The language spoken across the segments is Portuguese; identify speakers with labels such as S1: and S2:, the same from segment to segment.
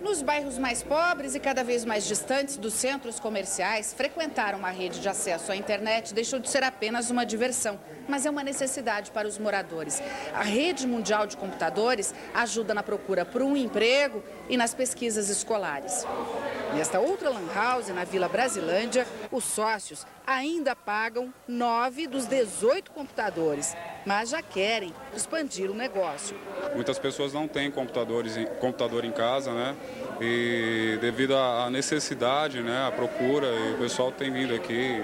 S1: Nos bairros mais pobres e cada vez mais distantes dos centros comerciais, frequentar uma rede de acesso à internet deixou de ser apenas uma diversão, mas é uma necessidade para os moradores. A rede mundial de computadores ajuda na procura por um emprego e nas pesquisas escolares. Nesta outra lan house, na Vila Brasilândia, os sócios ainda pagam nove dos 18 computadores, mas já querem expandir o negócio.
S2: Muitas pessoas não têm computadores, computador em casa, né? E devido à necessidade, né, à procura, o pessoal tem vindo aqui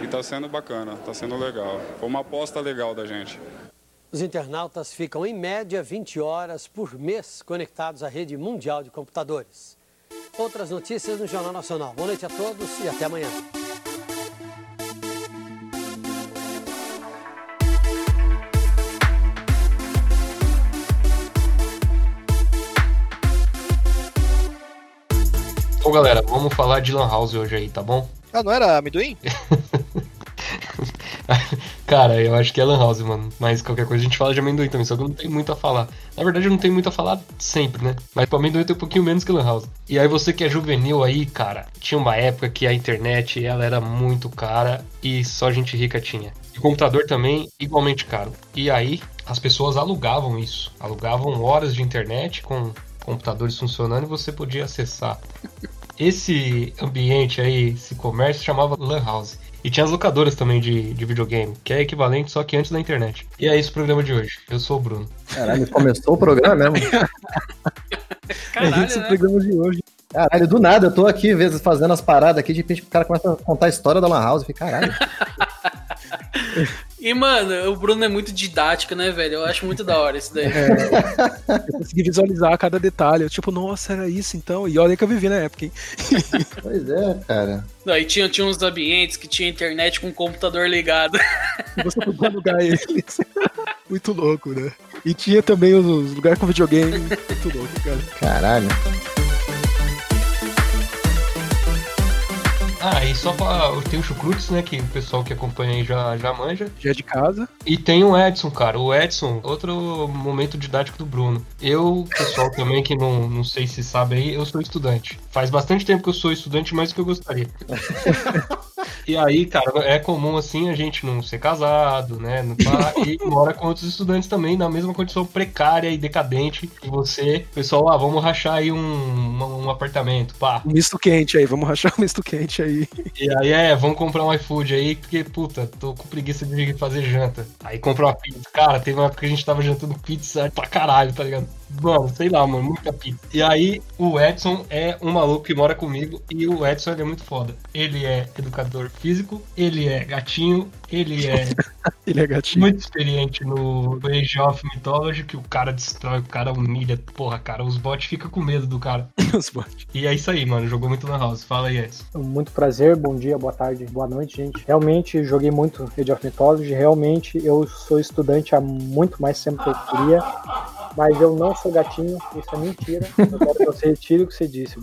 S2: e está sendo bacana, está sendo legal. Foi uma aposta legal da gente.
S3: Os internautas ficam em média 20 horas por mês conectados à rede mundial de computadores. Outras notícias no Jornal Nacional. Boa noite a todos e até amanhã.
S4: Bom, galera, vamos falar de Lan House hoje aí, tá bom?
S5: Ah, não era amendoim?
S4: Cara, eu acho que é Lan House, mano. Mas qualquer coisa a gente fala de amendoim também, só que eu não tenho muito a falar. Na verdade, eu não tenho muito a falar sempre, né? Mas pro amendoim tem um pouquinho menos que Lan House. E aí, você que é juvenil aí, cara, tinha uma época que a internet ela era muito cara e só gente rica tinha. E o computador também, igualmente caro. E aí, as pessoas alugavam isso. Alugavam horas de internet com computadores funcionando e você podia acessar. Esse ambiente aí, esse comércio, chamava Lan House. E tinha as locadoras também de, de videogame, que é equivalente só que antes da internet. E é isso o programa de hoje. Eu sou o Bruno.
S6: Caralho, começou o programa mesmo.
S7: Caralho,
S6: é isso
S7: né?
S6: o programa de hoje. Caralho, do nada, eu tô aqui, às vezes, fazendo as paradas aqui, de repente o cara começa a contar a história da Lan House. Eu falei, caralho.
S7: E, mano, o Bruno é muito didático, né, velho? Eu acho muito da hora isso daí.
S8: Eu consegui visualizar cada detalhe. Eu, tipo, nossa, era isso então. E olha que eu vivi na época, hein?
S6: pois é, cara.
S7: Não, e tinha, tinha uns ambientes que tinha internet com o computador ligado.
S8: E Você podia alugar eles. Muito louco, né? E tinha também os- os lugares com videogame. Muito louco, cara.
S6: Caralho.
S4: Ah, e só pra. Tem o Chucrutes, né? Que o pessoal que acompanha aí já, já manja.
S8: Já de casa.
S4: E tem o Edson, cara. O Edson, outro momento didático do Bruno. Eu, pessoal também que não, não sei se sabe aí, eu sou estudante. Faz bastante tempo que eu sou estudante, mais do que eu gostaria. E aí, cara, é comum assim a gente não ser casado, né? não tá- E mora com outros estudantes também, na mesma condição precária e decadente que você. Pessoal, ah, vamos rachar aí um, um, um apartamento, pá.
S8: Um misto quente aí. Vamos rachar um misto quente aí.
S4: E aí é, vamos comprar um iFood aí, porque, puta, tô com preguiça de fazer janta. Aí comprou uma pizza. Cara, teve uma época que a gente tava jantando pizza pra caralho, tá ligado? Mano, sei lá, mano, muita pizza. E aí, o Edson é um maluco que mora comigo e o Edson ele é muito foda. Ele é educador físico, ele é gatinho, ele é
S8: Ele é gatinho.
S4: muito experiente no Age of Mythology, que o cara destrói, o cara humilha. Porra, cara, os bots ficam com medo do cara.
S8: Os bots.
S4: E é isso aí, mano, jogou muito na house. Fala aí, Edson.
S9: Muito prazer, bom dia, boa tarde, boa noite, gente. Realmente joguei muito Age of Mythology, realmente eu sou estudante há muito mais tempo que eu queria, mas eu não sou gatinho, isso é mentira. Eu quero que você retire o que você disse.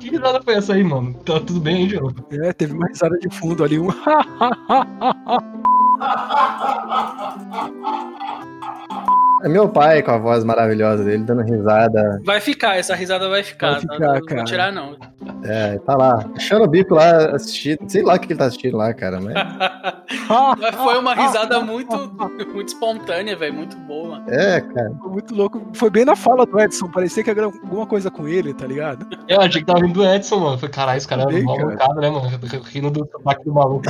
S4: Que risada foi essa aí, mano? Tá tudo bem aí, Diogo?
S8: É, teve uma risada de fundo ali. Um.
S6: É meu pai com a voz maravilhosa dele, dando risada.
S7: Vai ficar, essa risada vai ficar.
S8: Vai
S7: tá?
S8: ficar,
S7: não,
S8: cara.
S7: vou tirar, não.
S6: É, tá lá, achando o bico lá assistindo. Sei lá o que que ele tá assistindo lá, cara, mas.
S7: Mas foi uma risada muito, muito espontânea, velho. Muito boa.
S6: É, cara.
S8: Foi muito louco. Foi bem na fala do Edson. Parecia que era alguma coisa com ele, tá ligado?
S4: É, Eu achei que tava vindo do Edson, mano. Falei, caralho, esse cara é
S8: Bem,
S4: mal
S8: cara.
S4: loucado, né, mano? Eu tô Rindo do sotaque do maluco.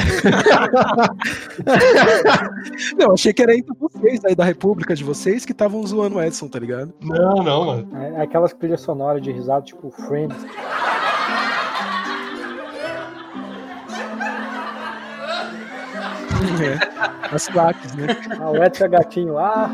S8: Não, achei que era entre vocês aí da República de vocês que estavam zoando o Edson, tá ligado?
S4: Não, não, mano.
S9: É, Aquelas trilhas sonoras de risada, tipo Friends.
S8: É. As claques, né?
S9: Ah, o Edson é gatinho, ah,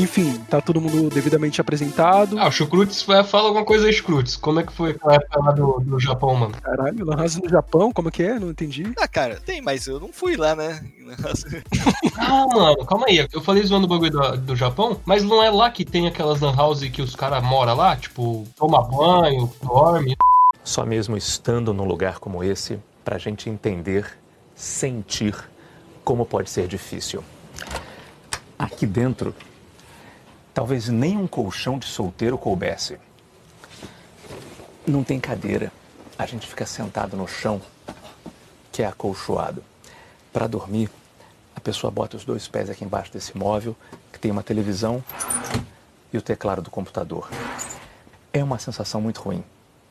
S8: Enfim, tá todo mundo devidamente apresentado.
S4: Ah, o Chucrutes é, fala alguma coisa aí, Chucrutes. Como é que foi aquela época lá do, do Japão, mano?
S8: Caralho, Lan House no Japão, como é que é? Não entendi.
S5: Ah, cara, tem, mas eu não fui lá, né?
S4: Ah, mano, calma aí. Eu falei zoando o bagulho do, do Japão, mas não é lá que tem aquelas lan house que os caras moram lá? Tipo, toma banho, dorme.
S10: Só mesmo estando num lugar como esse para a gente entender, sentir como pode ser difícil. Aqui dentro, talvez nem um colchão de solteiro coubesse. Não tem cadeira. A gente fica sentado no chão, que é acolchoado. Para dormir, a pessoa bota os dois pés aqui embaixo desse móvel, que tem uma televisão e o teclado do computador. É uma sensação muito ruim,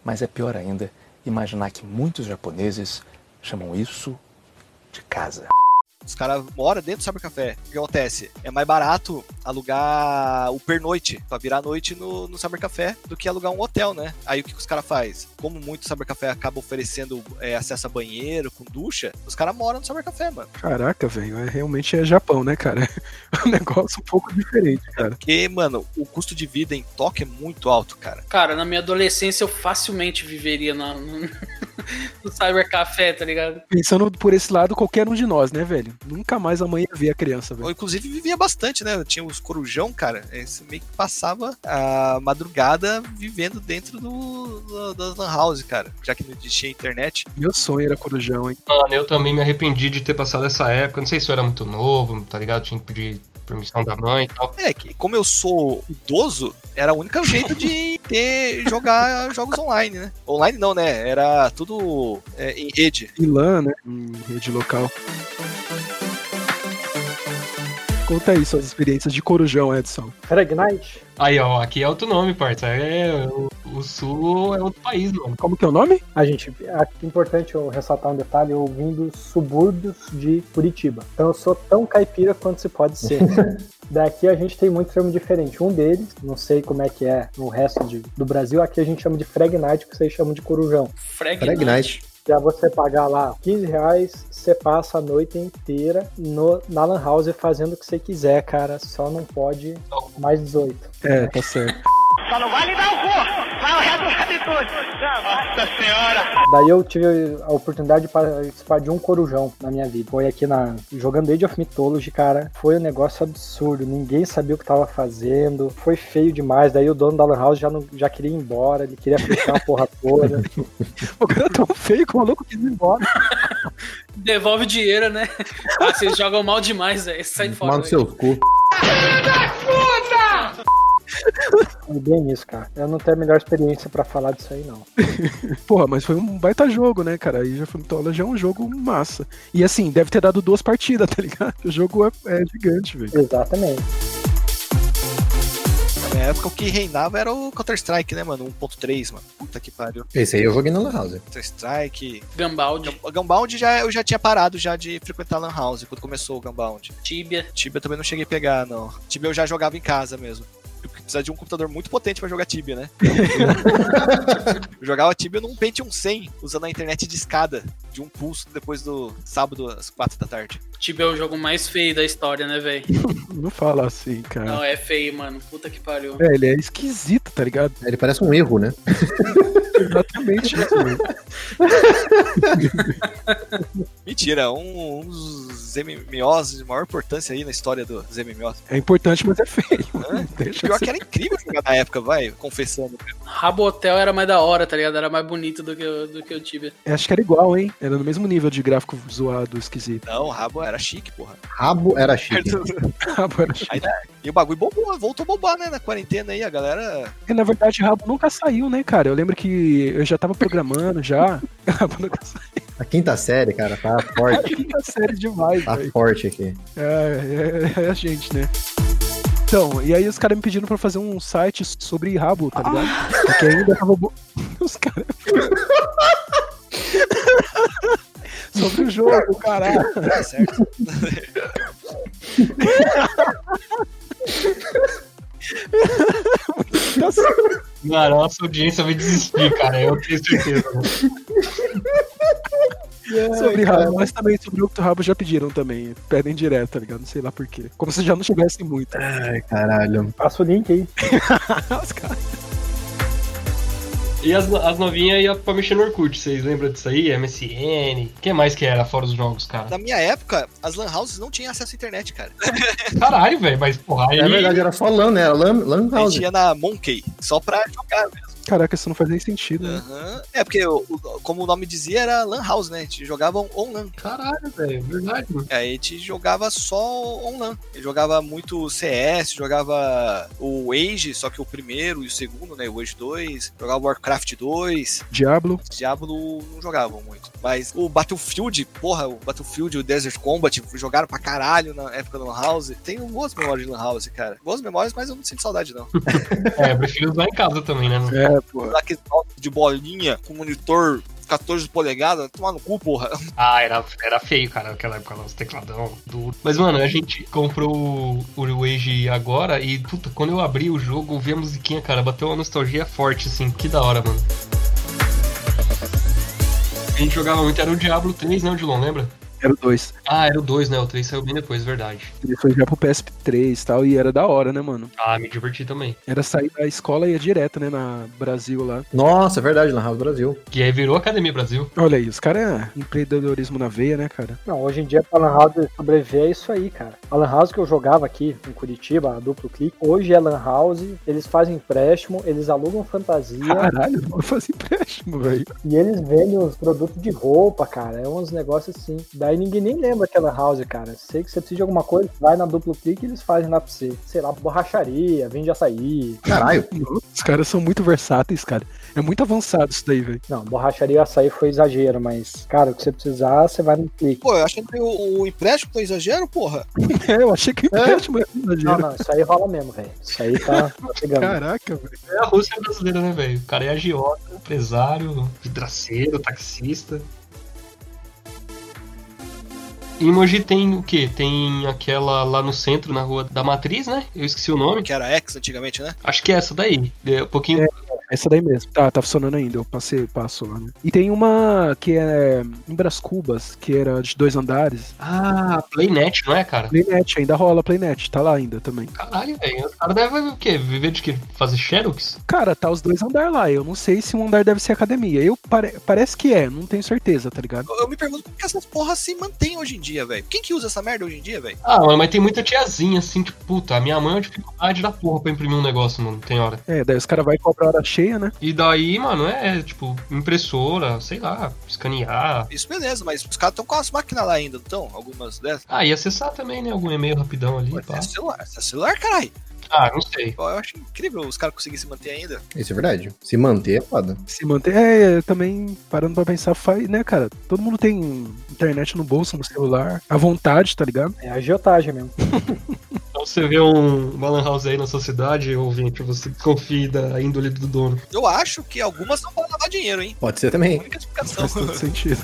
S10: mas é pior ainda imaginar que muitos japoneses chamam isso de casa.
S5: Os caras moram dentro do cybercafé. O que acontece? É mais barato alugar o pernoite, pra virar noite no, no cybercafé, do que alugar um hotel, né? Aí o que, que os caras faz? Como muito cybercafé acaba oferecendo é, acesso a banheiro, com ducha, os caras moram no cybercafé, mano.
S8: Caraca, velho, é, realmente é Japão, né, cara? É um negócio um pouco diferente, cara.
S5: Porque, mano, o custo de vida em Tóquio é muito alto, cara.
S7: Cara, na minha adolescência eu facilmente viveria na, no, no cybercafé, tá ligado?
S8: Pensando por esse lado, qualquer um de nós, né, velho? Nunca mais a mãe ia ver a criança,
S5: Eu,
S8: velho.
S5: inclusive, vivia bastante, né? Eu tinha os corujão, cara. Esse meio que passava a madrugada vivendo dentro do, do, da lan house, cara. Já que não tinha internet.
S8: Meu sonho era corujão, hein?
S4: Mano, eu também me arrependi de ter passado essa época. Não sei se eu era muito novo, tá ligado? Tinha que pedir permissão da mãe e tal.
S5: É, que como eu sou idoso, era o único jeito de ter, jogar jogos online, né? Online não, né? Era tudo é, em rede.
S8: Em LAN, né? Em rede local. Conta aí suas experiências de corujão, Edson.
S9: Fragnite?
S4: Aí, ó, aqui é outro nome, parça. É, o, o Sul é outro país, mano.
S8: Como que é o nome?
S9: A gente, é importante eu ressaltar um detalhe, eu vim dos subúrbios de Curitiba. Então eu sou tão caipira quanto se pode ser. Daqui a gente tem muito termo diferente. Um deles, não sei como é que é no resto de- do Brasil, aqui a gente chama de Fragnite, que vocês chamam de corujão.
S7: Frag.
S5: Então,
S6: Pregnite.
S9: Pra você pagar lá 15 reais, você passa a noite inteira no, na Lan House fazendo o que você quiser, cara. Só não pode mais 18.
S8: É, tá certo.
S11: Só não vale dar o cu. Vai o resto vale tudo. Nossa senhora.
S9: Daí eu tive a oportunidade de participar de um corujão na minha vida. Foi aqui na. jogando Age of Mythology, cara. Foi um negócio absurdo. Ninguém sabia o que tava fazendo. Foi feio demais. Daí o dono da Lan House já, não, já queria ir embora. Ele queria fechar a porra toda.
S8: O cara é tão feio que o maluco quis ir embora.
S7: Devolve dinheiro, né? Ah, vocês jogam mal demais, velho. Sai fora.
S6: Mano,
S5: né?
S7: velho.
S6: seu cu.
S9: Foi bem isso, cara. Eu não tenho a melhor experiência pra falar disso aí, não.
S8: Porra, mas foi um baita jogo, né, cara? E já foi já é um jogo massa. E assim, deve ter dado duas partidas, tá ligado? O jogo é, é gigante, velho.
S9: Exatamente.
S5: Na minha época, o que reinava era o Counter-Strike, né, mano? 1.3, mano. Puta que pariu.
S6: Esse aí eu joguei na Lan House.
S5: Counter-Strike.
S7: Gambaldi,
S5: O Gunbound já, eu já tinha parado já de frequentar Lan House quando começou o Gunbound.
S7: Tibia.
S5: Tibia eu também não cheguei a pegar, não. Tibia eu já jogava em casa mesmo. Eu precisava de um computador muito potente pra jogar Tibia, né? eu jogava Tibia num Pentium 100, usando a internet de escada, de um pulso depois do sábado às 4 da tarde.
S7: Tibia é o jogo mais feio da história, né, velho?
S8: Não fala assim, cara.
S7: Não, é feio, mano. Puta que pariu.
S8: É, ele é esquisito, tá ligado? né,
S6: Ele parece um erro, né?
S8: Exatamente isso, velho.
S5: Mentira, um, um dos MMOs de maior importância aí na história dos MMOs.
S8: É importante, mas é feio.
S5: Hã?
S8: Deixa assim.
S5: Pior que era incrível jogar na época, vai, confessando.
S7: Rabotel era mais da hora, tá ligado? Era mais bonito do que, o- do que o Tibia.
S8: eu- Acho que era igual, hein? Era no mesmo nível de gráfico zoado, esquisito.
S5: Não, o rabo era chique, porra.
S6: Rabo era chique.
S8: Rabo era...
S5: E o bagulho bombou, voltou a bombar, né? Na quarentena aí, a galera.
S8: E, Na verdade, Rabo nunca saiu, né, cara? Eu lembro que eu já tava programando já. Rabo nunca saiu.
S6: A quinta série, cara, tá forte.
S8: Tá sério demais,
S6: Tá
S8: velho.
S6: forte aqui.
S8: É, é, é a gente, né? Então, e aí os caras me pediram pra fazer um site sobre rabo, tá ligado? Porque ainda tava. bo- Os caras. sobre o jogo, caralho.
S5: Tá certo.
S8: Tá certo.
S4: Mano, a nossa audiência vai desistir, cara. Eu tenho certeza. mano.
S8: sobre rabo, mas também sobre o rabo já pediram também. Pedem direto, tá ligado? Não sei lá porquê. Como se já não tivessem muito.
S6: Ai, caralho.
S9: Passa o link aí.
S8: Os caras.
S4: E as, as novinhas iam pra mexer no Orkut. Vocês lembram disso aí? MSN. O que mais que era fora os jogos, cara?
S5: Na minha época, as Lan Houses não tinham acesso à internet, cara.
S4: Caralho, velho. Mas, porra, aí...
S6: É verdade, era só LAN, né? Era LAN, lan
S5: A
S6: House.
S5: gente ia na Monkey, só pra jogar mesmo.
S8: Caraca, isso não faz nem sentido, né?
S5: Aham. É, porque, o- o- como o nome dizia, era Lan House, né? A gente jogava on Lan.
S4: Caralho, velho, verdade, mano.
S5: É, a gente jogava só on Lan. Eu jogava muito CS, jogava o Age, só que o primeiro e o segundo, né? O Age 2, jogava Warcraft 2.
S9: É.
S8: Diablo.
S5: Diablo não jogavam muito. Mas o Battlefield, porra, o Battlefield e o Desert Combat jogaram pra caralho na época do Lan House. Tenho boas memórias de Lan House, cara. Boas memórias, mas eu não sinto saudade, não.
S4: É, eu prefiro usar em casa também, né? mano?
S8: É, pô.
S5: Aquele de bolinha com monitor 14 polegadas, tomar no cu, porra.
S4: Ah, era, era feio, cara, naquela época lá, os tecladão, duro. Mas, mano, a gente comprou o, o Age agora e, puta, quando eu abri o jogo, ouvi a musiquinha, cara, bateu uma nostalgia forte, assim, que da hora, mano. A gente jogava muito, era o Diablo 3, né, o Dilon, lembra?
S8: Era o 2.
S4: Ah, era o 2, né, o 3 saiu bem depois, verdade.
S8: Ele foi já pro PSP3 e tal, e era da hora, né, mano?
S4: Ah, me diverti também.
S8: Era sair da escola e ia direto, né, na Brasil lá.
S6: Nossa, é verdade, na House Brasil.
S4: Que aí virou Academia Brasil.
S8: Olha aí, os caras é empreendedorismo na veia, né, cara?
S9: Não, hoje em dia pra Lan House sobreviver é isso aí, cara. A Lan House que eu jogava aqui em Curitiba, a duplo clique, hoje é Lan House, eles fazem empréstimo, eles alugam fantasia
S8: Caralho, eu faço empréstimo, velho.
S9: e eles vendem os produtos de roupa, cara. É uns negócios assim. Daí ninguém nem lembra que é Lan House, cara. Sei que você precisa de alguma coisa, vai na duplo clique e eles fazem lá pra você. Sei lá, borracharia, vende açaí.
S6: Caralho.
S8: Os caras são muito versáteis, cara. É muito avançado isso daí, velho.
S9: Não, borracharia e açaí foi exagero, mas, cara, o que você precisar, você vai no clique.
S5: Pô, eu achando que o, o empréstimo foi exagero, porra.
S8: É, eu achei que empréstimo era
S9: Não,
S8: exagero.
S9: não, isso aí rola mesmo, velho. Isso aí tá, tá chegando.
S8: Caraca, velho.
S4: É a Rússia brasileira, né, velho? O cara é agiota, empresário, vidraceiro, taxista. Em Mogi tem o quê? Tem aquela lá no centro, na rua da Matriz, né? Eu esqueci o nome.
S5: Que era ex antigamente, né?
S4: Acho que é essa daí. É um pouquinho.
S8: Essa daí mesmo. Tá, tá funcionando ainda. Eu passei, passo lá, né? E tem uma que é em Bras Cubas, que era de dois andares.
S4: Ah, Playnet, não é, cara?
S8: Playnet, ainda rola Playnet, tá lá ainda também.
S4: Caralho, velho. Os caras devem o quê? Viver de quê? Fazer Xerox?
S8: Cara, tá os dois andar lá. Eu não sei se um andar deve ser academia. Eu pare- parece que é, não tenho certeza, tá ligado?
S5: Eu, eu me pergunto como que essas porras se mantêm hoje em dia, velho. Quem que usa essa merda hoje em dia, velho?
S4: Ah, mano, mas tem muita tiazinha, assim, que puta, a minha mãe é uma dificuldade da porra pra imprimir um negócio, mano. Tem hora.
S8: É, daí os caras vai cobrar hora cheia, né?
S4: E daí, mano, é tipo, impressora, sei lá, escanear,
S5: Isso beleza, mas os caras estão com as máquinas lá ainda, então, algumas dessas.
S4: Ah, e acessar também, né? Algum e-mail rapidão ali. pá.
S5: É celular, é celular, caralho.
S4: Ah, não sei.
S5: Pô, Eu acho incrível os caras conseguirem se manter ainda.
S6: Isso é verdade. Se manter é foda.
S8: Se manter. É, é, também parando pra pensar, faz, né, cara? Todo mundo tem internet no bolso, no celular, à vontade, tá ligado?
S9: É agiotagem mesmo.
S4: Então você vê um uma lan house aí na sua cidade, ouvinte, você desconfie da índole do dono.
S5: Eu acho que algumas são pra lavar dinheiro, hein?
S6: Pode ser também.
S5: Única explicação.
S8: Faz todo sentido.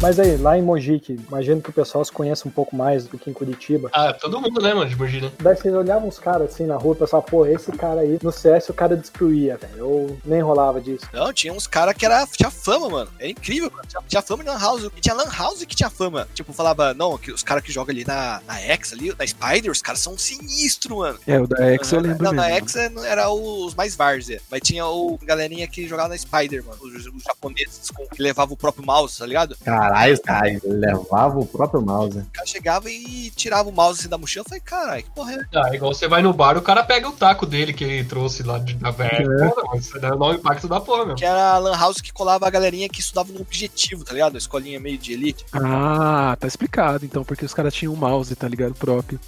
S9: Mas aí, lá em Mogi, que imagino que o pessoal se conhece um pouco mais do que em Curitiba.
S4: Ah, todo mundo, né, mano, de Mogi, né?
S9: Daí vocês olhavam os caras assim na rua e pensavam, pô, esse cara aí, no CS o cara destruía, velho. Eu nem rolava disso.
S5: Não, tinha uns caras que era, tinha fama, mano. Era incrível, mano. Tinha, tinha fama de Lan House. E tinha Lan House que tinha fama. Tipo, falava, não, que os caras que jogam ali na, na X, ali, na Spider, os caras são sinistros, mano.
S8: É, o da X eu lembro
S5: Não,
S8: mesmo.
S5: na X era os mais várzea. Mas tinha o galerinha que jogava na Spider, mano. Os, os japoneses com- que levavam o próprio mouse, tá ligado?
S6: Caralho, os caras levavam o próprio mouse.
S5: O cara chegava e tirava o mouse assim, da mochila. Eu falei, caralho, que porra é?
S4: Ah, igual você vai no bar, o cara pega o taco dele que ele trouxe lá de, da velha. Pô, mano, Isso dá o impacto da porra, meu.
S5: Que é- era a Lan House que colava a galerinha que estudava no objetivo, tá ligado? A escolinha meio de elite.
S8: Ah, tá explicado então, porque os caras tinham um mouse, tá ligado? Próprio.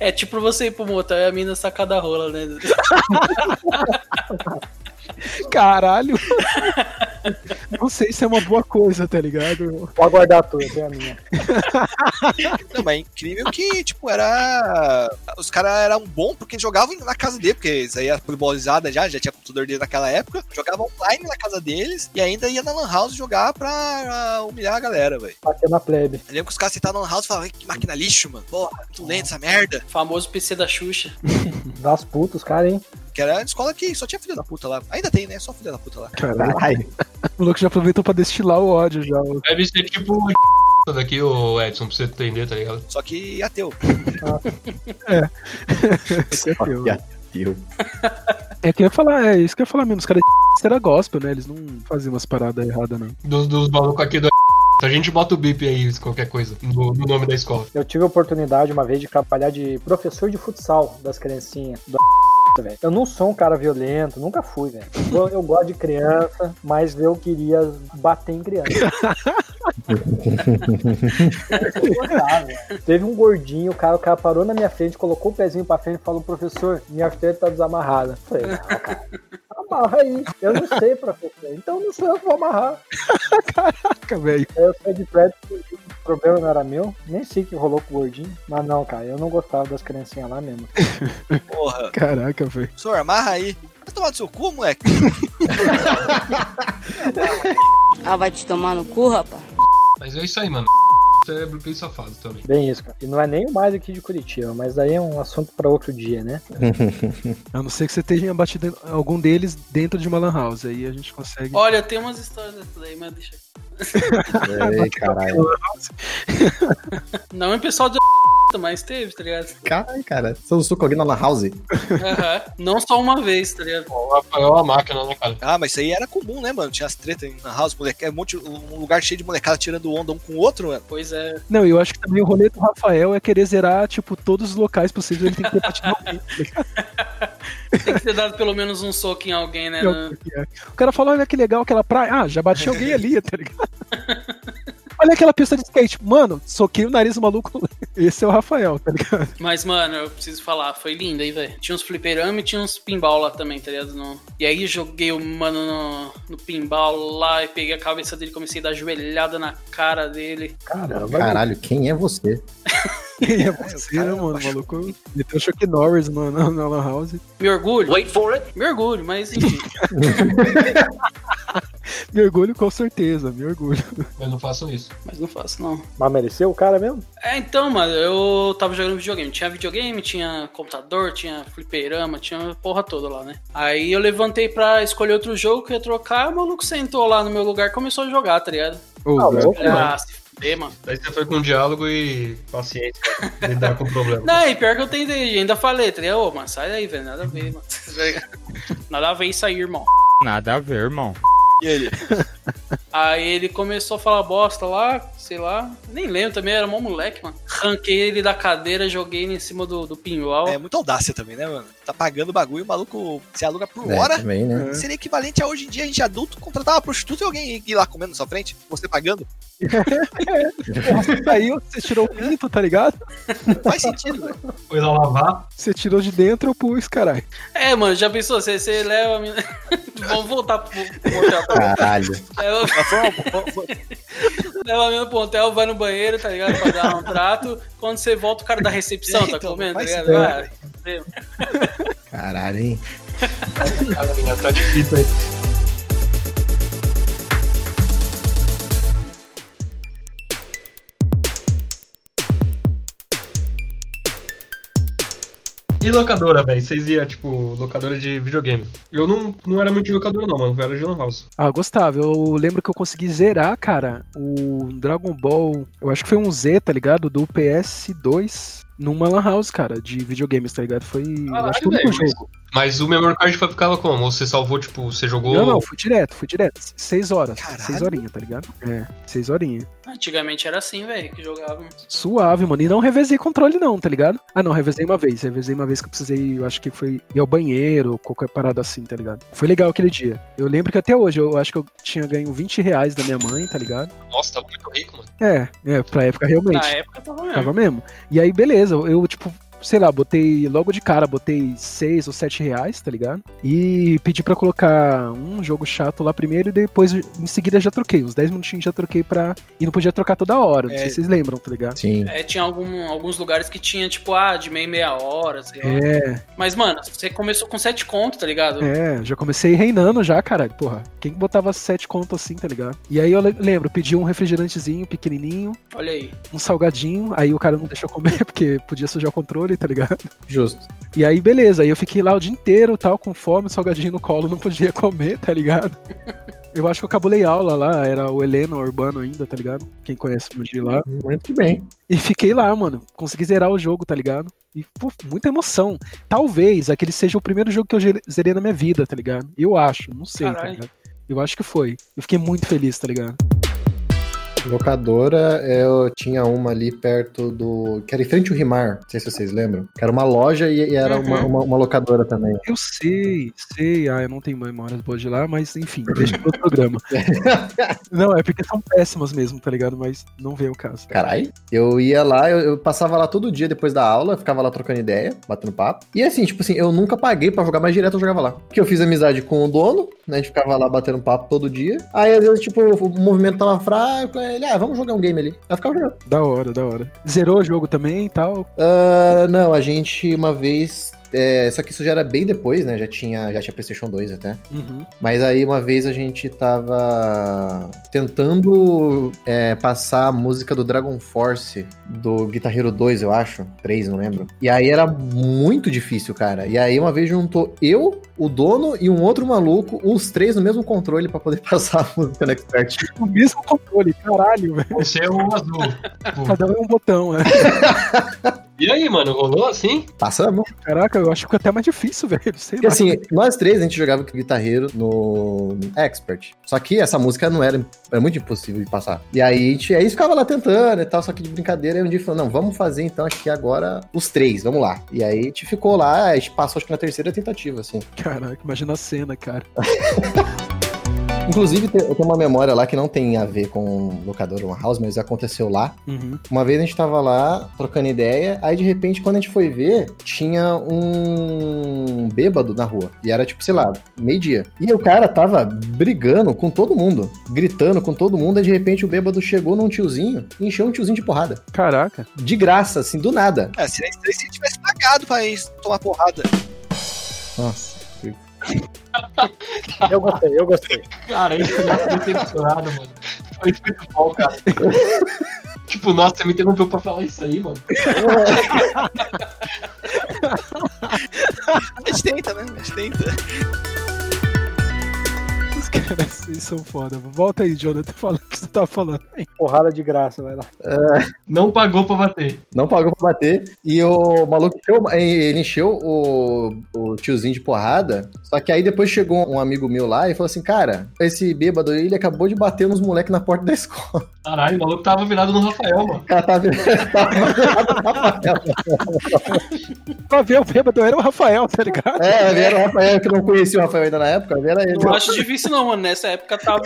S7: É tipo você ir pro motel e a mina sacar da rola, né?
S8: Caralho! Não sei se é uma boa coisa, tá ligado?
S9: Vou aguardar tudo, até a minha.
S5: Não, mas é incrível que, tipo, era. Os caras eram bons porque jogavam na casa dele, porque isso aí era futebolizada já, já tinha computador dele naquela época. Jogavam online na casa deles e ainda ia na Lan House jogar pra ah, humilhar a galera, velho.
S9: Bater na plebe.
S5: Eu lembro que os caras sentaram na Lan House e falavam, "Ai, que máquina lixo, mano. Porra, muito lento essa merda.
S7: Famoso PC da Xuxa.
S9: Das putas, cara, hein?
S5: Que era a escola que só tinha filha da puta lá. Ainda tem, né? Só filha da puta lá.
S8: Caralho.
S6: Caralho.
S8: O louco já aproveitou pra destilar o ódio já. ó.
S4: Deve ser tipo o daqui, ô Edson, pra você entender, tá ligado?
S5: Só que ateu.
S8: Esse é teu.
S6: Tio.
S8: É que eu ia falar, é isso que eu ia falar mesmo. Os caras era gospel, né? Eles não faziam umas paradas erradas, não.
S4: Dos, dos malucos aqui do a gente bota o bip aí, se qualquer coisa, no, no nome da escola.
S9: Eu tive a oportunidade uma vez de trabalhar de professor de futsal das criancinhas. Do velho. Eu não sou um cara violento, nunca fui, velho. Eu, eu gosto de criança, mas eu queria bater em criança. Teve um gordinho, o cara, o cara parou na minha frente, colocou o pezinho pra frente e falou, professor, minha chuteira tá desamarrada. Eu Falei, não, cara, amarra aí. Eu não sei, professor. Então não sei, eu vou amarrar.
S8: Caraca, velho.
S9: Aí eu saí de prédio, o problema não era meu, nem sei o que rolou com o gordinho. Mas não, cara, eu não gostava das criancinhas lá mesmo.
S5: Porra.
S8: Caraca, velho.
S5: Senhor, amarra aí. Vai tomar no seu cu, moleque.
S12: Ah, vai te tomar no cu, rapaz?
S4: Mas é isso aí, mano. Cérebro bem safado também.
S9: Bem isso, cara. E não é nem o mais aqui de Curitiba, mas daí é um assunto pra outro dia, né?
S8: A não ser que você tenha batido em algum deles dentro de uma lan house. Aí a gente consegue.
S7: Olha, eu tenho umas histórias dessa daí, mas deixa aqui.
S8: Ei, caralho.
S7: Não é pessoal de mas teve, tá ligado?
S6: Caralho, cara. Você usou com alguém na Lan House?
S7: Aham. Não só uma vez, tá ligado?
S4: É uma máquina, né, cara?
S5: Ah, mas isso aí era comum, né, mano? Tinha as tretas em lan house, moleque, é um, monte, um lugar cheio de molecada tirando onda um com o outro, mano.
S7: Pois é.
S8: Não, eu acho que também o rolê do Rafael é querer zerar, tipo, todos os locais possíveis. Ele tem que ter batido em alguém.
S7: Tem que ter dado pelo menos um soco em alguém, né?
S8: Eu- é. O cara fala, olha que legal aquela praia. Ah, já bati em alguém ali, tá ligado? Olha aquela pista de skate. Mano, soquei o nariz do maluco. Esse é o Rafael, tá ligado?
S7: Mas, mano, eu preciso falar, foi lindo, hein, velho. Tinha uns fliperama e tinha uns pinball lá também, tá ligado? No- E aí joguei o mano no, no pinball lá e peguei a cabeça dele, comecei a dar joelhada na cara dele.
S8: Caramba.
S6: Caralho, quem é você?
S8: E é você, né, mano? O maluco meteu choque Norris, mano, na- na Lan House.
S7: Me orgulho. Wait for it. Me orgulho, mas enfim.
S8: Me orgulho com certeza, me orgulho.
S4: Mas não façam isso.
S7: mas não faço, não.
S9: Mas mereceu o cara mesmo?
S7: É, então, mano, eu tava jogando videogame. Tinha videogame, tinha computador, tinha fliperama, tinha porra toda lá, né? Aí eu levantei pra escolher outro jogo que eu ia trocar, o maluco sentou lá no meu lugar e começou a jogar, tá ligado?
S8: Ô, velho.
S7: Ah, se fuder, mano.
S4: Daí você foi com diálogo e paciência lidar com o problema.
S7: Não, e pior que eu tentei, ainda falei, tá ligado? Ô, mano, sai daí, velho, nada a ver, mano. nada a ver isso aí, irmão.
S13: Nada a ver, irmão.
S5: E ele?
S7: Aí ele começou a falar bosta lá, sei lá. Nem lembro também, era mó moleque, mano. Ranquei ele da cadeira, joguei ele em cima do, do pinball.
S5: É muita audácia também, né, mano? Tá pagando o bagulho, o maluco se aluga por
S7: É,
S5: hora.
S7: também, né?
S5: Seria equivalente a hoje em dia a gente adulto contratar uma prostituta e alguém ir lá comendo na sua frente, você pagando.
S8: Você saiu, você tirou o pinto, tá ligado?
S5: Faz sentido, né? velho.
S4: Foi lá lavar.
S8: Você tirou de dentro o pus, caralho.
S7: É, mano, já pensou? Você, você leva a mina. Vamos voltar pro, pro hotel.
S6: Caralho.
S5: Ah.
S7: Leva, leva a mina pro hotel, vai no banheiro, tá ligado? Pra dar um trato. Quando você volta, o cara da recepção tá
S5: Então,
S7: comendo, tá
S11: faz
S7: ligado?
S11: isso.
S7: Ah, entendeu?
S6: Caralho, hein?
S4: tá difícil aí. E locadora, velho? Vocês iam, tipo, locadora de videogame. Eu não, não era muito de locadora, não, mano. Eu era de lan house.
S8: Ah, eu gostava. Eu lembro que eu consegui zerar, cara, o Dragon Ball. Eu acho que foi um Z, tá ligado? Do PS2 numa Lan House, cara, de videogames, tá ligado? Foi. eu acho que o único
S4: Velho, mas,
S8: jogo.
S4: mas o memory card foi- ficava como? Ou você salvou, tipo, você jogou...
S8: Não, não, fui direto, fui direto. Seis horas. Seis horinhas, tá ligado? É, seis horinhas.
S7: Antigamente era assim, velho, que jogava.
S8: Suave, mano. E não revezei controle, não, tá ligado? Ah, não, revezei uma vez. Revezei uma vez que eu precisei, eu acho que foi ir ao banheiro, qualquer parada assim, tá ligado? Foi legal aquele dia. Eu lembro que até hoje, eu acho que eu tinha ganho 20 reais da minha mãe, tá ligado?
S4: Nossa, tava muito rico, mano.
S8: É, é, pra época realmente.
S4: Na época tava
S7: É.
S4: mesmo.
S8: Tava mesmo. E aí, beleza, eu, tipo, sei lá, botei logo de cara, botei 6 ou 7 reais, tá ligado? E pedi pra colocar um jogo chato lá primeiro e depois, em seguida, já troquei. Uns 10 minutinhos já troquei pra. E não podia trocar toda hora, não
S7: É.
S8: sei se vocês lembram, tá ligado?
S6: Sim.
S7: É, tinha algum- alguns lugares que tinha, tipo, ah, de meia em meia hora, sei lá.
S8: É.
S7: Mas, mano, você começou com sete conto, tá ligado?
S8: É, já comecei reinando já, caralho. Porra, quem que botava sete conto assim, tá ligado? E aí eu le- lembro, pedi um refrigerantezinho pequenininho,
S7: Olha aí.
S8: um salgadinho, aí o cara não deixou comer porque podia sujar o controle, tá ligado?
S6: Justo.
S8: E aí, beleza, aí eu fiquei lá o dia inteiro, tal, com fome, salgadinho no colo, não podia comer, tá ligado? Eu acho que eu cabulei aula lá, era o Heleno Urbano ainda, tá ligado? Quem conhece o de lá.
S6: Muito bem.
S8: E fiquei lá, mano. Consegui zerar o jogo, tá ligado? E, pô, muita emoção. Talvez aquele seja o primeiro jogo que eu gere- zerei na minha vida, tá ligado? Eu acho, não sei, tá
S7: Caralho.
S8: ligado? Eu acho que foi. Eu fiquei muito feliz, tá ligado?
S6: Locadora, é, eu tinha uma ali perto do. que era em frente ao Rimar, não sei se vocês lembram. Que era uma loja e, e era uma,
S8: Uhum.
S6: uma, uma locadora também.
S8: Eu sei, sei. Ah, eu não tenho memórias boas de lá, mas enfim, deixa pro outro programa. não, é porque são péssimas mesmo, tá ligado? Mas não vem o caso.
S6: Caralho. Eu ia lá, eu, eu passava lá todo dia depois da aula, ficava lá trocando ideia, batendo papo. E assim, tipo assim, eu nunca paguei pra jogar, mas direto eu jogava lá. Porque eu fiz amizade com o dono, né? A gente ficava lá batendo papo todo dia. Aí às vezes, tipo, o movimento tava fraco, aí ele, ah, vamos jogar um game ali. Aí eu ficava jogando.
S8: Da hora, da hora. Zerou o jogo também e tal.
S6: Ah, não, a gente uma vez. é, só que isso já era bem depois, né? Já tinha, já tinha PlayStation 2 até.
S8: Uhum.
S6: Mas aí uma vez a gente tava tentando é, passar a música do Dragon Force do Guitar Hero 2, eu acho. 3, não lembro. E aí era muito difícil, cara. E aí uma vez juntou eu, o dono e um outro maluco, os três no mesmo controle pra poder passar a música no Expert.
S8: O mesmo controle, caralho, velho.
S4: Você é o azul.
S8: Cada um é um botão, né?
S4: E aí, mano, rolou assim?
S6: Passamos.
S8: Caraca, eu acho que é até mais difícil, velho. Sei
S6: Porque
S8: lá.
S6: assim, nós três a gente jogava com o guitarreiro no Expert. Só que essa música não era, era muito impossível de passar. E aí a gente aí ficava lá tentando e tal, só que de brincadeira. Aí um dia falou: não, vamos fazer então aqui agora os três, vamos lá. E aí a gente ficou lá, a gente passou acho que na terceira tentativa, assim.
S8: Caraca, imagina a cena, cara.
S6: Inclusive, te- eu tenho uma memória lá que não tem a ver com locador ou house, mas aconteceu lá.
S8: Uhum.
S6: Uma vez a gente tava lá trocando ideia, aí de repente, quando a gente foi ver, tinha um bêbado na rua. E era tipo, sei lá, meio-dia. E o cara tava brigando com todo mundo, gritando com todo mundo, e de repente o bêbado chegou num tiozinho e encheu um tiozinho de porrada.
S8: Caraca.
S6: De graça, assim, do nada.
S5: É, seria estranho se ele tivesse pagado pra ir tomar porrada.
S6: Nossa.
S9: Eu gostei, eu gostei.
S4: Cara, isso eu tô decepcionado, mano. Foi muito bom, cara. tipo, nossa, você me interrompeu pra falar isso aí, mano.
S5: A gente tenta, né? A gente tenta.
S8: Os caras vocês são foda. Volta aí, Jonathan, fala o que você tá falando.
S9: Porrada de graça, vai lá.
S4: Não pagou pra bater.
S6: Não pagou pra bater. E o maluco encheu, ele encheu o, o tiozinho de porrada. Só que aí depois chegou um amigo meu lá e falou assim: Cara, esse bêbado aí, ele acabou de bater nos moleques na porta da escola.
S4: Caralho, o maluco tava virado no Rafael, mano.
S6: O cara tava. tava-
S8: Pra ver o bêbado era o Rafael, tá ligado?
S6: é, era o Rafael, que não conhecia o Rafael ainda na época, era ele.
S7: Não acho difícil não, mano. Nessa época tava.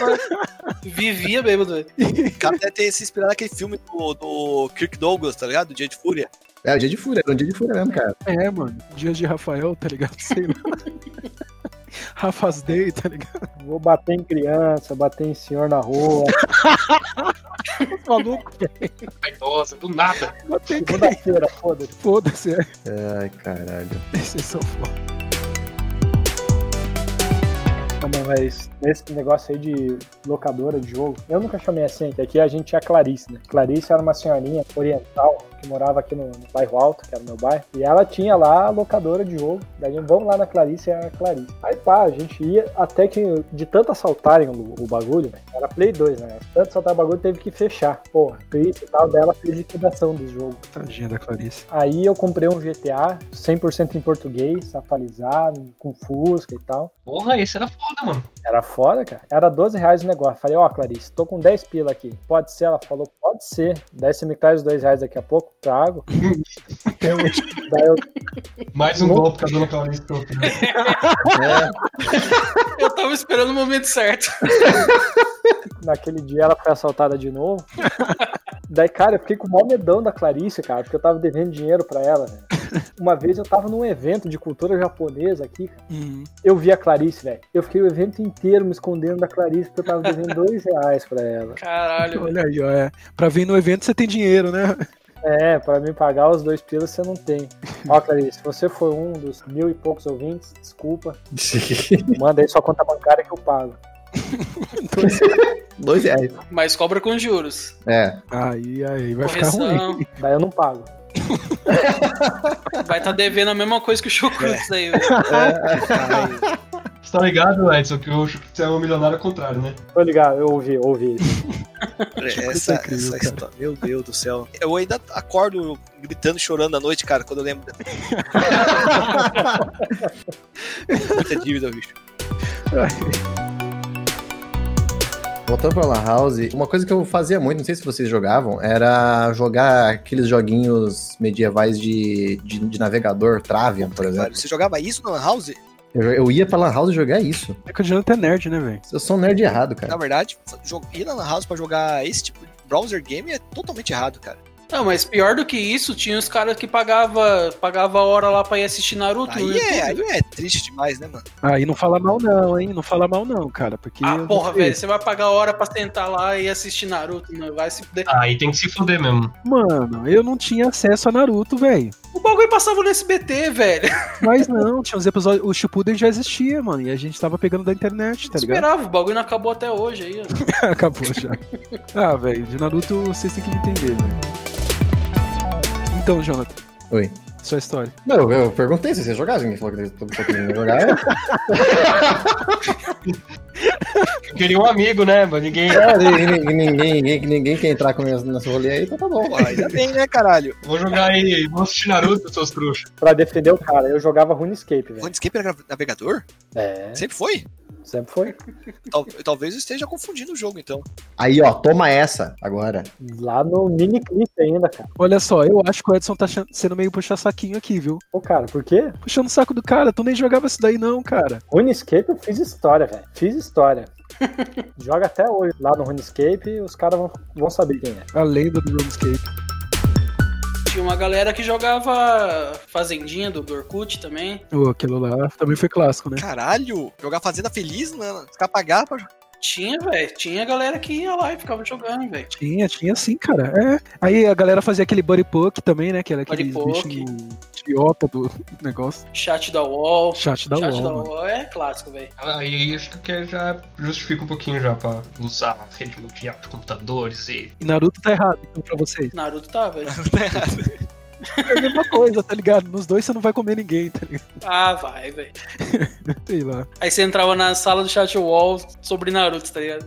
S7: Vivia bêbado. velho.
S5: O cara deve ter se inspirado naquele filme do, do Kirk Douglas, tá ligado? Do Dia de Fúria.
S6: É, o dia de fúria, era um dia de fúria mesmo, cara.
S8: É, mano. Dias de Rafael, tá ligado? Sei lá. Rafa's Day, tá ligado?
S9: Vou bater em criança, bater em senhor na rua.
S8: Maluco,
S4: Ai, nossa, do nada.
S8: não tem que.
S9: Segunda-feira, foda-se.
S8: Foda-se, é.
S6: Ai, caralho.
S8: Vocês são foda.
S9: Não, mas nesse negócio aí de locadora de jogo, eu nunca chamei assim, que aqui a gente tinha Clarice, né? Clarice era uma senhorinha oriental que morava aqui no, no bairro Alto, que era o meu bairro, e ela tinha lá a locadora de jogo. Daí a gente, vamos lá na Clarice, é a Clarice. Aí pá, a gente ia até que de tanto assaltarem o, o bagulho, né? era Play 2, né? Tanto assaltar o bagulho teve que fechar. Porra, triste e tal, dela fez liquidação do jogo.
S8: Tadinha da Tá Clarice.
S9: Aí eu comprei um GTA 100% em português, atualizado, com Fusca e tal.
S4: Porra, esse era foda, mano.
S9: Era foda, cara. Era 12 reais o negócio. Falei, ó, Clarice, tô com 10 pila aqui. Pode ser? Ela falou, pode ser. Daí você me traz os 2 reais daqui a pouco, trago. Até hoje. Daí eu,
S4: Mais um golpe pra dona né? Clarice que eu fiz.
S7: Eu tava esperando o momento certo.
S9: naquele dia ela foi assaltada de novo. Daí, cara, eu fiquei com o maior medão da Clarice, cara, porque eu tava devendo dinheiro pra ela, velho. Uma vez eu tava num evento de cultura japonesa aqui, cara.
S8: Uhum.
S9: Eu vi a Clarice, velho. Eu fiquei o evento inteiro me escondendo da Clarice, porque eu tava devendo 2 reais pra ela.
S7: Caralho. velho.
S8: Olha aí, ó. É. Pra vir no evento você tem dinheiro, né?
S9: É, pra me pagar os dois pilas você não tem. Ó, Clarice, se você foi um dos mil e poucos ouvintes, desculpa. Manda aí sua conta bancária que eu pago.
S6: Dois reais.
S7: Mas cobra com juros.
S6: É.
S8: Aí, aí, vai ficar ruim.
S7: Correção.
S9: Daí eu não pago.
S7: Vai tá devendo a mesma coisa que o
S8: É.
S7: Chocruz aí, velho.
S4: Você tá ligado, Edson, que o você é um milionário ao contrário, né?
S9: Tô ligado, eu ouvi, ouvi. isso.
S5: É, Essa,
S8: é incrível,
S5: essa
S8: cara.
S5: história. Meu Deus do céu. Eu ainda acordo gritando, chorando à noite, cara, quando eu lembro. Muita dívida, bicho.
S6: Voltando pra Lan House, uma coisa que eu fazia muito, não sei se vocês jogavam, era jogar aqueles joguinhos medievais de, de, de navegador, Travian, por exemplo.
S5: Você jogava isso na Lan House?
S6: Eu, eu ia pra Lan House jogar isso.
S8: É que o Jonathan é nerd, né, velho?
S6: Eu sou um nerd errado, cara.
S5: Na verdade, jo- ir na Lan House pra jogar esse tipo de browser game é totalmente errado, cara.
S7: Não, mas pior do que isso, tinha os caras que pagava, pagava hora lá pra ir assistir Naruto né? no
S5: Aí é, aí
S7: YouTube.
S5: é triste demais, né, mano?
S8: Aí não fala mal não, hein? Não fala mal não, cara, porque... eu
S7: Ah,
S8: não
S7: porra,
S8: sei.
S7: velho, você vai pagar hora pra sentar lá e assistir Naruto, não vai se fuder.
S4: Aí tem que se fuder mesmo.
S8: Mano, eu não tinha acesso a Naruto, velho.
S7: O bagulho passava no SBT,
S8: Tá
S7: velho.
S8: Mas não, tinha uns episódios... O Shippuden já existia, mano, e a gente tava pegando da internet, tá ligado?
S7: Esperava, o bagulho não acabou até hoje aí, ó.
S8: Acabou já. Ah, velho, de Naruto vocês têm que me entender, velho. Então, Jonathan.
S6: Oi.
S8: Sua história.
S6: Não, eu, eu perguntei se vocês jogavam, ninguém falou que todo mundo queria jogar.
S4: Eu queria um amigo, né, mano? Ninguém.
S6: É, ninguém, ninguém, ninguém, ninguém quer entrar com nessa nessa rolê aí, então tá bom.
S5: Pô, ainda bem, né, caralho?
S4: Vou jogar aí, vou assistir Naruto, seus trouxas.
S9: Pra defender o cara, eu jogava RuneScape, velho.
S5: RuneScape era navegador?
S9: É,
S5: Sempre foi?
S9: sempre foi.
S5: Tal- talvez eu esteja confundindo o jogo, então.
S6: Aí, ó, toma essa agora.
S9: Lá no mini clip ainda, cara.
S8: Olha só, eu acho que o Edson tá chan- sendo meio puxar saquinho aqui, viu?
S9: Pô, cara, por quê?
S8: Puxando o saco do cara, tu nem jogava isso daí não, cara.
S9: RuneScape eu fiz história, velho. Fiz história. Joga até hoje lá no RuneScape, os caras vão, vão saber quem é.
S8: A lenda do RuneScape.
S7: Tinha uma galera que jogava Fazendinha do do Orkut também.
S8: Ô, aquilo lá também foi clássico, né?
S5: Caralho, jogar Fazenda Feliz, né? Os caras pagavam pra jogar.
S7: Tinha, velho. Tinha galera que ia lá e ficava jogando, velho.
S8: Tinha, tinha sim, cara. É. Aí a galera fazia aquele buddy poke também, né? Que era aquele
S7: Buddy poke.
S8: bichinho idiota do negócio.
S7: Chat da UOL.
S8: Chat da
S7: Chat
S8: UOL,
S7: da
S8: mano.
S7: UOL é clássico, velho.
S4: Aí acho Ah, que já justifica um pouquinho já pra usar a rede mundial de computadores e.
S8: E Naruto tá errado, então, pra vocês.
S7: Naruto tá, velho.
S8: É a mesma coisa, tá ligado? Nos dois você não vai comer ninguém, tá ligado?
S7: Ah, vai, velho.
S8: Sei lá.
S7: Aí você entrava na sala do chat wall sobre Naruto, tá ligado?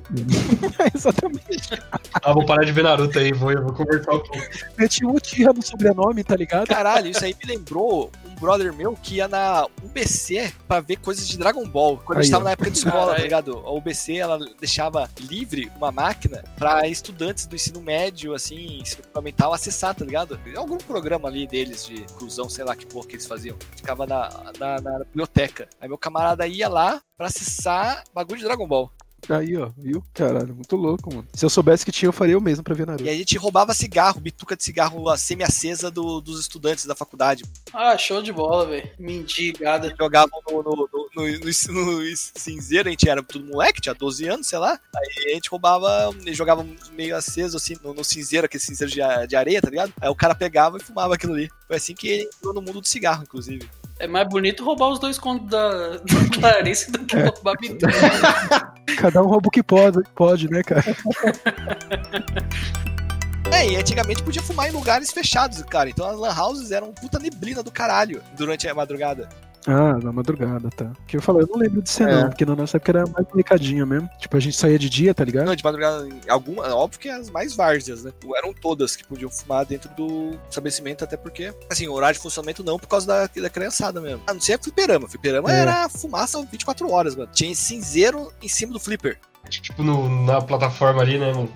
S8: É, exatamente.
S4: Ah, vou parar de ver Naruto aí, vou, eu vou conversar um pouco.
S8: Meti um tira no sobrenome, tá ligado?
S5: Caralho, isso aí me lembrou um brother meu que ia na UBC pra ver coisas de Dragon Ball. Quando a
S8: Aí,
S5: gente tava
S8: ó.
S5: na época de escola, tá
S7: Caralho.
S5: ligado? A UBC, ela deixava livre uma máquina pra estudantes do ensino médio, assim, ensino fundamental, acessar, tá ligado? Algum programa ali deles de inclusão, sei lá que porra que eles faziam. Ficava na, na, na biblioteca. Aí meu camarada ia lá pra acessar bagulho de Dragon Ball.
S8: Aí, ó, viu? Caralho, muito louco, mano. Se eu soubesse que tinha, eu faria eu mesmo pra ver Naruto.
S5: E aí a gente roubava cigarro, bituca de cigarro a semi-acesa do- dos estudantes da faculdade.
S7: Ah, show de bola, velho. Mendigada.
S5: jogavam no, no, no, no- no- no cinzeiro, a gente era tudo moleque, tinha 12 anos, sei lá. Aí a gente roubava, e jogava meio aceso assim no, no cinzeiro, aquele cinzeiro de, a- de areia, tá ligado? Aí o cara pegava e fumava aquilo ali. Foi assim que ele entrou no mundo do cigarro, inclusive.
S7: É mais bonito roubar os dois contos da, da Clarice do que roubar Bitcoin.
S8: Cada um rouba o que pode, pode, né, cara?
S5: É, e antigamente podia fumar em lugares fechados, cara. Então as lan houses eram puta neblina do caralho durante a madrugada.
S8: Ah, na madrugada, tá. Que eu falei, eu não lembro disso, não. Porque na nossa época era mais delicadinha mesmo. Tipo, a gente saía de dia, tá ligado?
S5: Não, de madrugada, alguma, óbvio que as mais várzeas, né? Não Eram todas que podiam fumar dentro do estabelecimento, até porque, assim, o horário de funcionamento não, por causa da, da criançada mesmo. A não ser fliperama. Fliperama
S8: É.
S5: era fumaça 24 horas, mano. Tinha cinzeiro em cima do flipper.
S4: Tipo, no- na plataforma ali, né, mano?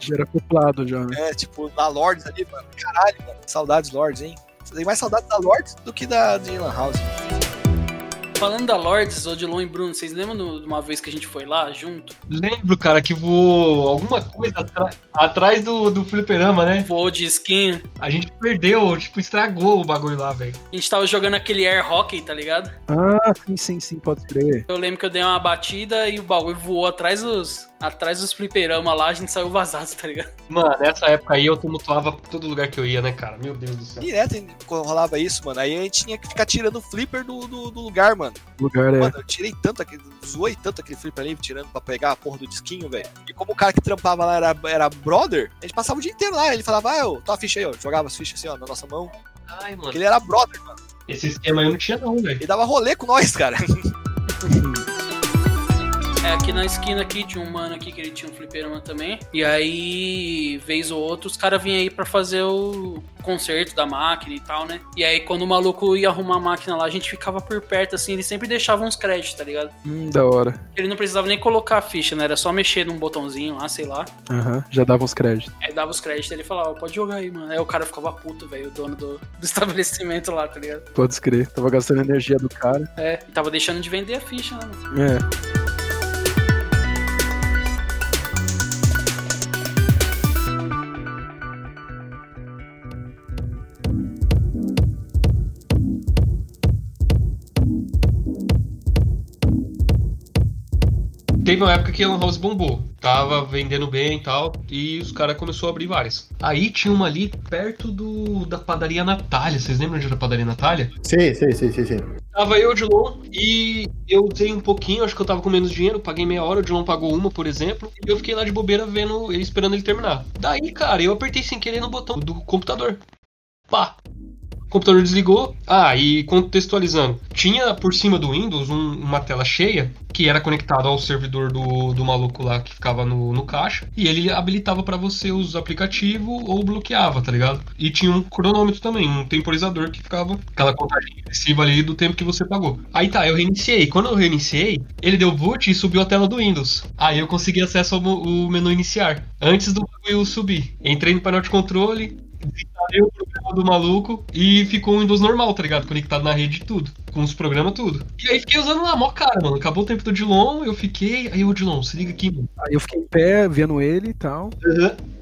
S8: Já era acoplado já, né?
S5: É, tipo, na Lords ali, mano. Caralho, mano. Saudades Lords, hein? Tem mais saudades da Lords do que da de Lan House.
S7: Falando da Lords, Odilon e Bruno, vocês lembram do- de uma vez que a gente foi lá junto?
S4: Lembro, cara, que voou alguma coisa atra- atrás do, do fliperama, né?
S7: Voo de skin.
S4: A gente perdeu, tipo, estragou o bagulho lá, velho.
S7: A gente tava jogando aquele air hockey, tá ligado?
S8: Ah, sim, sim, sim, pode crer.
S7: Eu lembro que eu dei uma batida e o bagulho voou atrás dos, atrás dos fliperama lá, a gente saiu vazado, tá ligado?
S4: Mano, nessa época aí eu tumultuava todo lugar que eu ia, né, cara? Meu Deus do céu.
S5: Direto né, rolava isso, mano. Aí a gente tinha que ficar tirando o flipper do- do, do lugar, mano.
S8: O lugar é.
S5: Mano, eu tirei tanto aquele. Zoei tanto aquele flip ali, tirando pra pegar a porra do disquinho, velho. E como o cara que trampava lá era, era brother, a gente passava o dia inteiro lá. Ele falava, ah, eu, tua ficha aí, ó. Jogava as fichas assim, ó, na nossa mão.
S4: Ai, mano.
S5: Porque ele era brother, mano.
S4: Esse esquema aí eu não tinha, não, velho.
S5: Ele dava rolê com nós, cara.
S7: É aqui na esquina aqui tinha um mano aqui que ele tinha um fliperama também. E aí, vez ou outra, os caras vinham aí pra fazer o conserto da máquina e tal, né? E aí, quando o maluco ia arrumar a máquina lá, a gente ficava por perto, assim, ele sempre deixava uns créditos, tá ligado?
S8: Hum, da hora.
S7: Ele não precisava nem colocar a ficha, né? Era só mexer num botãozinho lá, sei lá.
S8: Aham, já dava uns créditos.
S7: Aí dava os créditos, ele falava, pode jogar aí, mano. Aí o cara ficava puto, velho, o dono do, do estabelecimento lá, tá ligado?
S8: Pode crer. Tava gastando a energia do cara.
S7: É, e tava deixando de vender a ficha, né? mano?
S8: É.
S4: Teve uma época que a Lan House bombou. Tava vendendo bem e tal. E os caras começaram a abrir várias. Aí tinha uma ali perto do da padaria Natália. Vocês lembram onde era a padaria Natália?
S6: Sei, sei, sei, sei, sei.
S4: Tava eu de Long e eu usei um pouquinho, acho que eu tava com menos dinheiro, paguei meia hora, o Dilon pagou uma, por exemplo, e eu fiquei lá de bobeira vendo ele esperando ele terminar. Daí, cara, eu apertei sem querer no botão do computador. Pá! O computador desligou. Ah, e contextualizando, tinha por cima do Windows um- uma tela cheia que era conectada ao servidor do, do maluco lá que ficava no, no caixa e ele habilitava pra você os aplicativos ou bloqueava, tá ligado? E tinha um cronômetro também, um temporizador que ficava aquela contagem regressiva ali do tempo que você pagou. Aí tá, eu reiniciei. Quando eu reiniciei, ele deu boot e subiu a tela do Windows. Aí eu consegui acesso ao mo- o menu iniciar antes do bagulho subir. Entrei no painel de controle, desinstalei o programa do maluco e ficou um Windows normal, tá ligado? Conectado na rede e tudo. Com os programas tudo. E aí fiquei usando lá, mó cara, mano. Acabou o tempo do Dilon, eu fiquei. Aí, ô Dilon, se liga aqui, mano.
S8: Aí eu fiquei em pé, vendo ele e tal.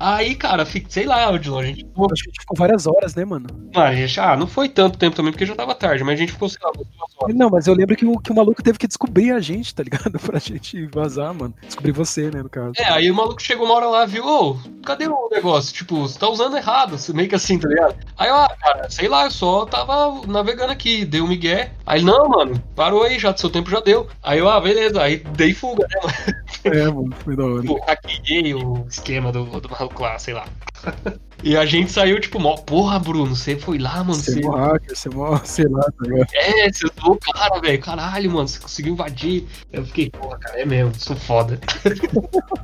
S4: Aí, cara, fi- sei lá, ô Dilon, a gente.
S8: Acho que a gente ficou várias horas, né, mano?
S4: Ah, gente, ah, não foi tanto tempo também, porque já tava tarde, mas a gente ficou, sei lá, umas duas horas.
S8: Não, mas eu lembro que o, que o maluco teve que descobrir a gente, tá ligado? Pra gente vazar, mano. Descobrir você, né, no caso.
S4: É, aí o maluco chegou uma hora lá, viu, ô, cadê o negócio? Tipo, você tá usando errado, meio que assim, tá ligado? Aí eu, ah, cara, sei lá, eu só tava navegando aqui, deu um migué. Aí, ele, não, mano, parou aí já, seu tempo já deu. Aí eu, ah, beleza, aí dei fuga, né, mano?
S8: É, mano, foi da hora.
S4: Tipo, hackeei o esquema do, do maluco lá, sei lá. E a gente saiu, tipo, mó, porra, Bruno, você foi lá, mano,
S8: Você
S4: você...
S8: é mó hacker, você é mó, sei lá, tá ligado?
S4: É, você usou o cara, velho, caralho, mano, você conseguiu invadir. Eu fiquei, porra, cara, é mesmo, sou foda.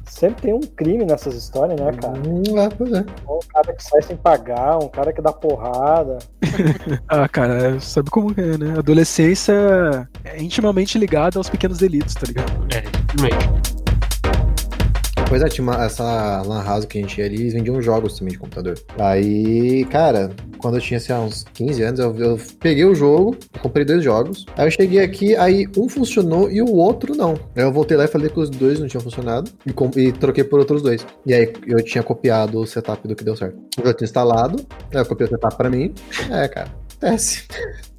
S9: Sempre tem um crime nessas histórias, né,
S5: Uhum.
S9: cara?
S6: Hum, é, pois é.
S9: Um cara que sai sem pagar, um cara que dá porrada.
S8: Ah, cara, sabe como é, né? Adolescência é intimamente ligada aos pequenos delitos, tá ligado?
S4: É, realmente.
S6: Pois é, tinha uma- essa lan house que a gente ia ali, eles vendiam jogos também de computador. Aí, cara, quando eu tinha, sei lá, uns 15 anos, eu, eu peguei o jogo, eu comprei dois jogos. Aí eu cheguei aqui, aí um funcionou e o outro não. Aí eu voltei lá e falei que os dois não tinham funcionado e, com- e troquei por outros dois. E aí eu tinha copiado o setup do que deu certo. Eu já tinha instalado, aí eu copiei o setup pra mim. É, cara, acontece.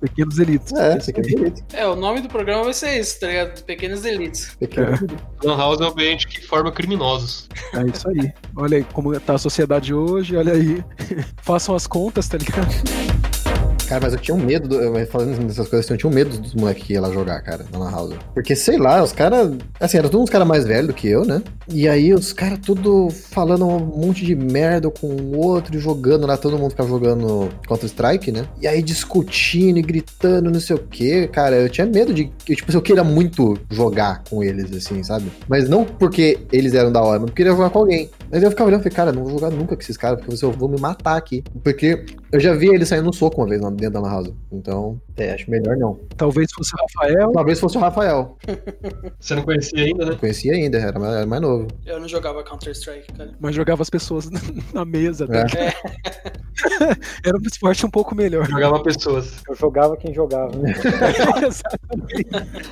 S8: Pequenos delitos.
S6: É, isso aqui é direito.
S7: É, o nome do programa vai ser esse, tá ligado? Pequenos Delitos.
S6: Pequeno.
S4: Lan House é um ambiente que forma criminosos.
S8: É isso aí. Olha aí como tá a sociedade hoje, olha aí. Façam as contas, tá ligado?
S6: Cara, mas eu tinha um medo, do, eu- falando dessas coisas, assim, eu tinha um medo dos moleques que ia lá jogar, cara, na Lan House. Porque, sei lá, os caras. Assim, eram todos uns caras mais velhos do que eu, né? E aí os caras tudo falando um monte de merda com o outro, e jogando lá, todo mundo ficava jogando Counter-Strike, né? E aí discutindo e gritando, não sei o quê. Cara, eu tinha medo de. Eu, tipo, eu queria muito jogar com eles, assim, sabe? Mas não porque eles eram da hora, mas porque eu queria jogar com alguém. Mas eu ficava olhando e falei, cara, não vou jogar nunca com esses caras, porque eu vou me matar aqui. Porque eu já vi ele saindo no soco uma vez lá dentro da Lan House. Então, é, acho melhor não.
S8: Talvez fosse o Rafael.
S6: Talvez fosse o Rafael.
S4: Você não conhecia ainda, né?
S6: Eu conhecia ainda, era mais, era mais novo.
S7: Eu não jogava Counter-Strike, cara.
S8: Mas jogava as pessoas na mesa. tá
S6: É.
S8: ligado? Era um esporte um pouco melhor.
S4: Jogava pessoas.
S9: Eu jogava quem jogava. né?
S8: Exatamente.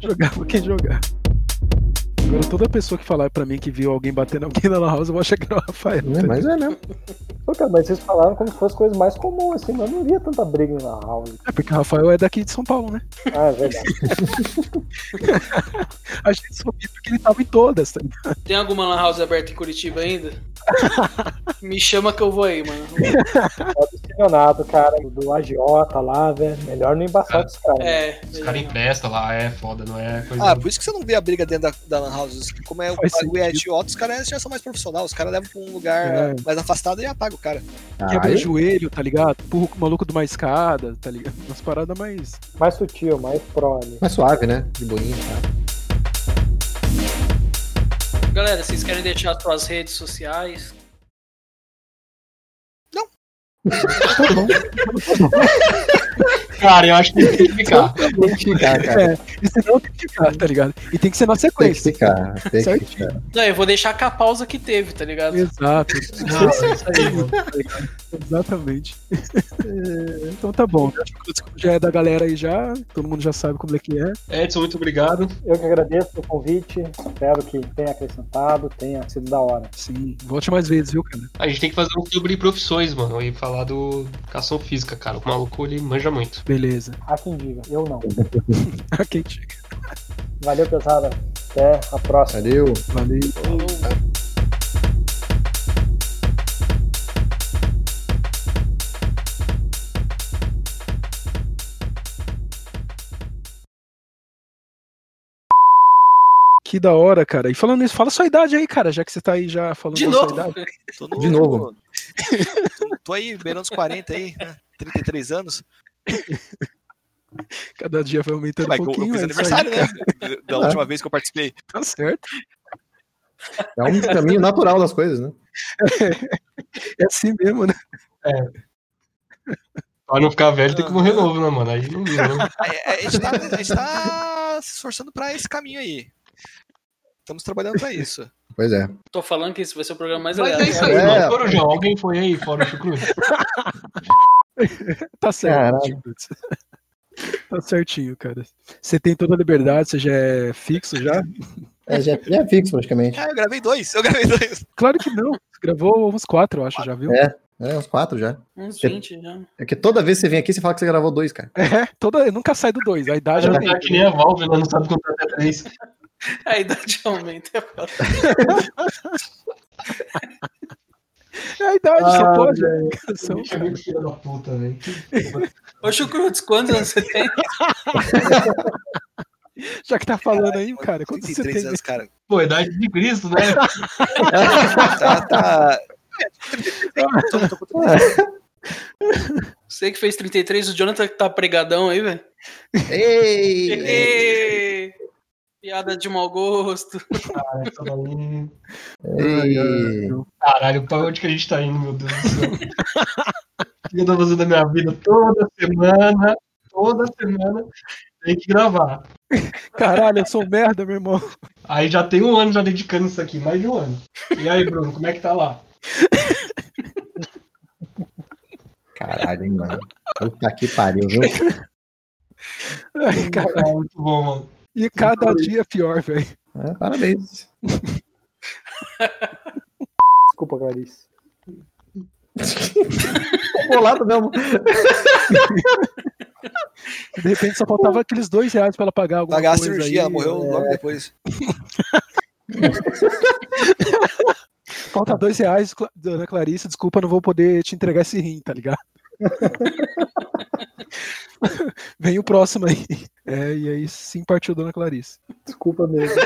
S8: Jogava quem jogar. Agora, toda pessoa que falar pra mim que viu alguém batendo alguém na La House, eu vou achar que era o Rafael.
S6: Né? Mas é mesmo.
S9: Pô, cara, mas vocês falaram como se fosse coisa mais comum, assim, mas não via tanta briga na house.
S8: É porque o Rafael é daqui de São Paulo, né?
S9: Ah, é verdade.
S8: A gente soube porque ele tava em todas. tá ligado?
S7: Tem alguma lan house aberta em Curitiba ainda? Me chama que eu vou aí, mano.
S9: Só do estelionato, cara, do agiota lá, velho. Melhor não embaçar os caras. né?
S7: É.
S4: Os caras emprestam lá, é foda, não é coisa.
S5: Ah, por isso que você não vê a briga dentro da, da Lan House. Como é o
S8: Faz
S5: bagulho é idiota, os caras já são mais profissionais. Os caras levam pra um lugar
S8: É.
S5: mais afastado e apaga o cara.
S8: Quebra o
S6: Caralho.
S8: joelho, tá ligado? Empurra o maluco de uma escada, tá ligado? Umas paradas mais.
S9: Mais sutil, mais pro ali.
S6: Mais suave, né? De boinha, tá?
S7: Galera, vocês querem deixar suas redes sociais?
S8: Tá
S4: Cara, eu acho que tem que ficar.
S8: Tem que
S4: ficar, cara.
S8: É, isso não tem que ficar, tá ligado? E tem que ser na
S6: Tem que
S8: sequência.
S6: ficar, tem que
S8: Certo.
S6: ficar.
S7: Não, eu vou deixar com a pausa que teve, tá ligado?
S8: Exato. Exatamente. É, então tá bom. Acho que o disco já é da galera aí já. Todo mundo já sabe como é que é.
S4: Então, Edson, muito obrigado.
S9: Eu que agradeço o convite, espero que tenha acrescentado, tenha sido da hora.
S8: Sim, volte mais vezes, viu, cara?
S4: A gente tem que fazer um sobre profissões, mano, e falar do educação física, cara. O maluco, ele manja muito.
S8: Beleza.
S9: Há quem diga, eu não.
S8: Quem chega.
S9: Valeu, pesada. Até a próxima.
S6: Valeu.
S8: Valeu. Que da hora, cara. E falando nisso, fala sua idade aí, cara, já que você tá aí já falando
S7: De
S8: da
S7: novo.
S8: sua idade.
S5: Tô no-
S6: De novo.
S5: Tô, tô aí, beirando os 40 aí, né? 33 anos.
S8: Cada dia vai aumentando
S5: Ué,
S8: um
S5: eu- eu
S8: pouquinho.
S5: fiz
S8: é isso aí,
S5: aniversário,
S8: cara.
S5: né? Da última vez que eu participei.
S8: Tá certo.
S6: É um caminho natural das coisas, né?
S8: É assim mesmo, né?
S4: Pra não ficar velho, tem que morrer novo, né, mano? Aí não né?
S5: É, é, A gente, tá, a gente tá se esforçando pra esse caminho aí. Estamos trabalhando pra isso.
S6: Pois é.
S7: Tô falando que esse vai ser o programa mais
S4: Mas é
S7: aleatório.
S4: isso aí,
S6: É.
S4: mano. Corujão, alguém foi aí fora o Chucruz?
S8: Tá certo.
S6: Caralho.
S8: Chiclets. Tá certinho, cara. Você tem toda a liberdade, você já é fixo já?
S6: É, já, já é fixo praticamente.
S5: Ah, eu gravei dois, eu gravei dois.
S8: Claro que não. Você gravou uns quatro, eu acho, já viu?
S6: É, é uns quatro já.
S7: Uns 20 já.
S6: É que toda vez que você vem aqui, você fala que você gravou dois, cara.
S8: É, toda, nunca sai do dois. A idade
S4: Já
S8: já
S4: tá que nem a Valve, ela não sabe contar até três.
S7: A idade aumenta. eu falo.
S8: É a idade, só
S4: Ah,
S8: pode.
S4: velho.
S8: né, cara? São-
S4: Bicho é muito filho da puta, velho. Que-
S7: Ô, Chucrutz, quantos anos você tem?
S8: Já que tá falando aí, cara, quando você
S5: 33
S8: tem.
S5: anos, cara.
S4: Pô, idade de Cristo, né?
S5: Tá, tá.
S7: Você que fez 33, o Jonathan que tá pregadão aí, velho.
S6: Ei!
S7: Ê, Piada de mau gosto.
S4: Cara, isso daí-
S6: Ei!
S4: Caralho, pra onde que a gente tá indo, meu Deus do céu? O que eu tô fazendo da minha vida toda semana? Toda semana tem que gravar.
S8: Caralho, eu sou um merda, meu irmão.
S4: Aí já tem um ano já dedicando isso aqui, mais de um ano. E aí, Bruno, como é que tá lá?
S6: Caralho, hein, mano. Puta que pariu, viu?
S8: Ai, cara,
S4: Caralho, muito bom, mano.
S8: E cada dia pior, velho.
S6: É, parabéns.
S9: Desculpa, Clarice.
S6: Bolado mesmo.
S8: De repente só faltava aqueles dois reais pra ela pagar alguma
S5: Pagar a
S8: coisa
S5: cirurgia,
S8: aí. é.
S5: ela morreu logo depois.
S8: Falta dois reais, Cla- dona Clarice, desculpa, não vou poder te entregar esse rim, tá ligado? Vem o próximo aí. É, e aí sim partiu dona Clarice.
S9: Desculpa mesmo.